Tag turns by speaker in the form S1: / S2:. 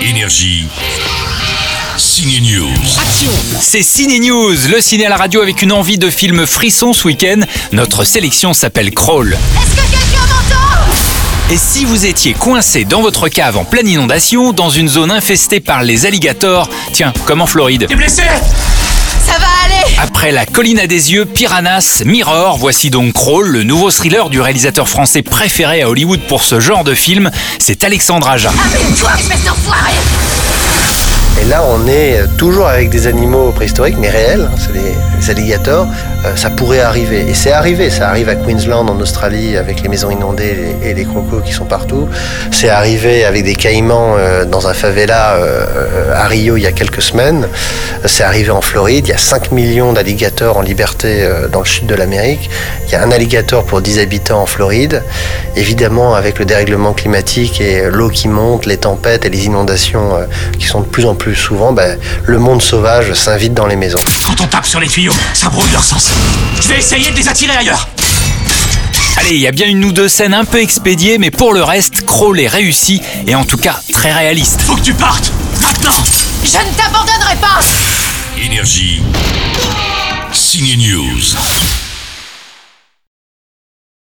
S1: Énergie. Signe News.
S2: Ah,
S3: C'est Ciné News, le ciné à la radio avec une envie de film frisson ce week-end. Notre sélection s'appelle Crawl. Et si vous étiez coincé dans votre cave en pleine inondation, dans une zone infestée par les alligators, tiens, comme en Floride.
S4: Ça va aller
S3: Après La colline à des yeux, Piranhas, Mirror, voici donc Crawl, le nouveau thriller du réalisateur français préféré à Hollywood pour ce genre de film, c'est Alexandre Aja.
S4: Amène-toi, espèce d'enfoiré
S5: Et là, on est toujours avec des animaux préhistoriques, mais réels, hein, c'est les, les alligators. Euh, ça pourrait arriver. Et c'est arrivé. Ça arrive à Queensland, en Australie, avec les maisons inondées et, et les crocos qui sont partout. C'est arrivé avec des caïmans euh, dans un favela euh, euh, à Rio il y a quelques semaines. C'est arrivé en Floride. Il y a 5 millions d'alligators en liberté euh, dans le sud de l'Amérique. Il y a un alligator pour 10 habitants en Floride. Évidemment, avec le dérèglement climatique et euh, l'eau qui monte, les tempêtes et les inondations euh, qui sont de plus en plus souvent, ben, le monde sauvage s'invite dans les maisons.
S2: Quand on tape sur les tuyaux, ça brouille leur sens. Je vais essayer de les attirer ailleurs.
S3: Allez, il y a bien une ou deux scènes un peu expédiées, mais pour le reste, Crawl est réussi et en tout cas très réaliste.
S2: Faut que tu partes Maintenant
S4: Je ne t'abandonnerai pas
S1: Énergie. Signe News.